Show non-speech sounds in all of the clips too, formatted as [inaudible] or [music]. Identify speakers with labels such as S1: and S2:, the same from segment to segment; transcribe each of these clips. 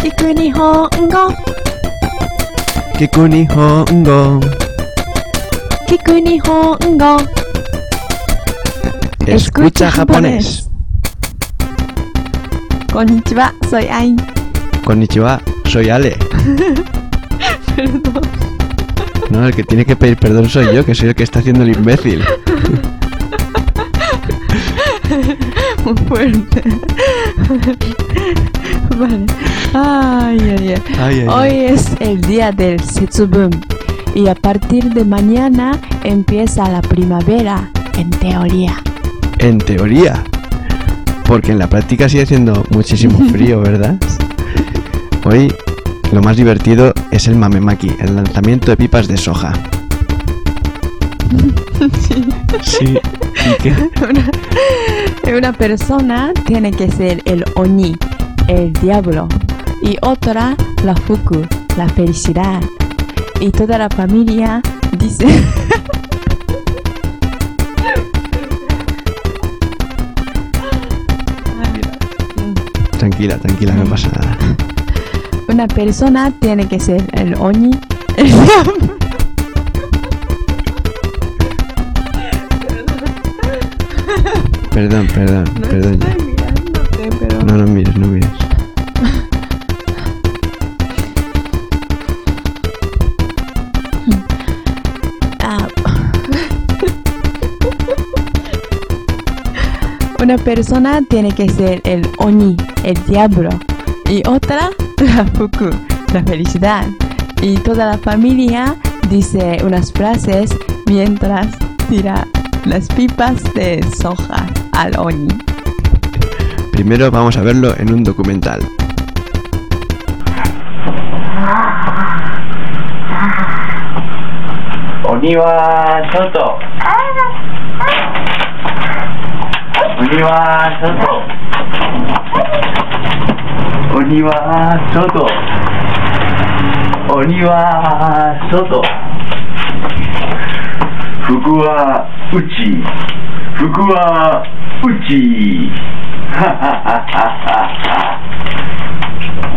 S1: 聞く日本語
S2: 聞く日本語
S1: 聞く日本語 Escucha japonés. こんにちは、soy Ain
S2: Konnichiwa, soy Ale.
S1: Perdón
S2: No, el que tiene que pedir perdón soy yo, que soy el que está haciendo el imbécil.
S1: [laughs] Muy fuerte [laughs] Vale Ay, ay, ay
S2: Ay, ay,
S1: Hoy
S2: ay.
S1: es el día del Setsubun y a partir de mañana empieza la primavera, en teoría.
S2: En teoría. Porque en la práctica sigue haciendo muchísimo frío, ¿verdad? Hoy lo más divertido es el mamemaki, el lanzamiento de pipas de soja. [laughs] Sí. ¿Y qué?
S1: Una, [laughs] una persona tiene que ser el Oni, el diablo, y otra la Fuku, la felicidad. Y toda la familia dice... [laughs]
S2: Tranquila, tranquila, no pasa nada.
S1: Una persona tiene que ser el Oni, el diablo.
S2: Perdón, perdón, perdón. No, no mires, no mires.
S1: Ah. [laughs] Una persona tiene que ser el Oni, el diablo, y otra [laughs] la Fuku, la felicidad. Y toda la familia dice unas frases mientras tira las pipas de soja al Oni.
S2: Primero vamos a verlo en un documental.
S3: Oniwa Soto. Oniwa Soto. Oniwa Soto. Oniwa Soto. Fuku wa uchi. Fuku wa uchi. [laughs] Ha ha ha ha ha ha.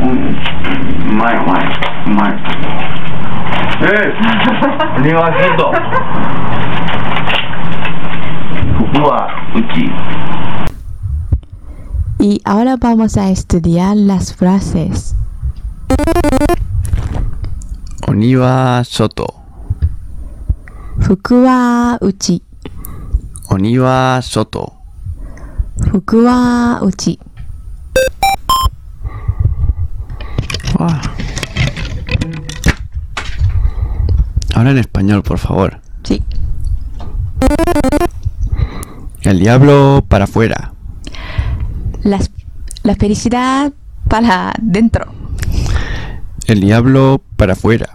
S3: Mm, mm, My, my, my. [laughs] ええ、俺はちょっと。ここはうち。
S1: Y ahora vamos a estudiar las frases.
S2: Oniwa Soto.
S1: Fuku wa uchi,
S2: Oniwa Soto.
S1: fuku wa uchi.
S2: Ahora en español, por favor.
S1: Sí.
S2: El diablo para afuera.
S1: Las- la felicidad para dentro.
S2: El diablo para afuera.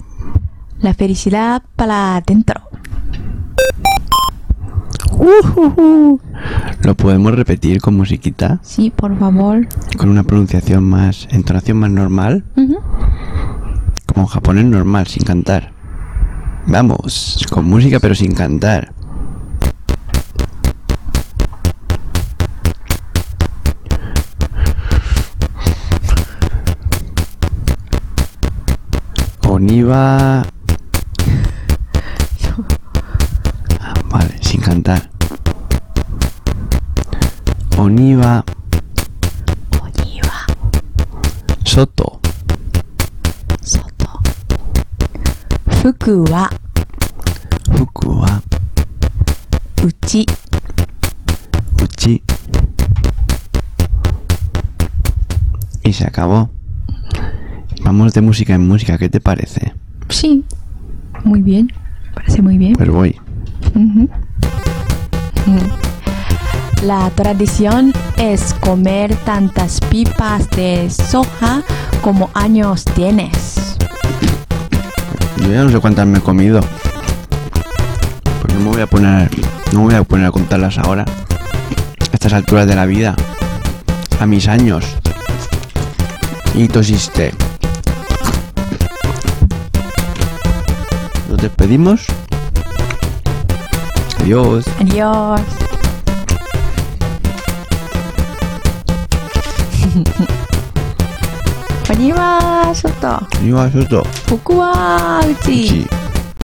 S1: La felicidad para adentro.
S2: ¿Lo podemos repetir con musiquita?
S1: Sí, por favor.
S2: Con una pronunciación más, entonación más normal. Como en japonés normal, sin cantar. Vamos, con música pero sin cantar. Oniba... Ah, Vale, sin cantar. Oniba
S1: Oniwa
S2: Soto.
S1: soto. Fuku wa
S2: Fuku wa
S1: uchi.
S2: Uchi. Y se acabó. Vamos de música en música, ¿qué te parece?
S1: Sí. Muy bien. Parece muy bien.
S2: Pues voy.
S1: La tradición es comer tantas pipas de soja como años tienes.
S2: Yo ya no sé cuántas me he comido. Pues no me voy a poner. No me voy a poner a contarlas ahora. A estas alturas de la vida. A mis años. Y tosiste. Nos despedimos. Adiós. [laughs]
S1: Adiós. Oye,
S2: には外、
S1: Yo ayudo.
S2: 僕はうち。
S1: Sí.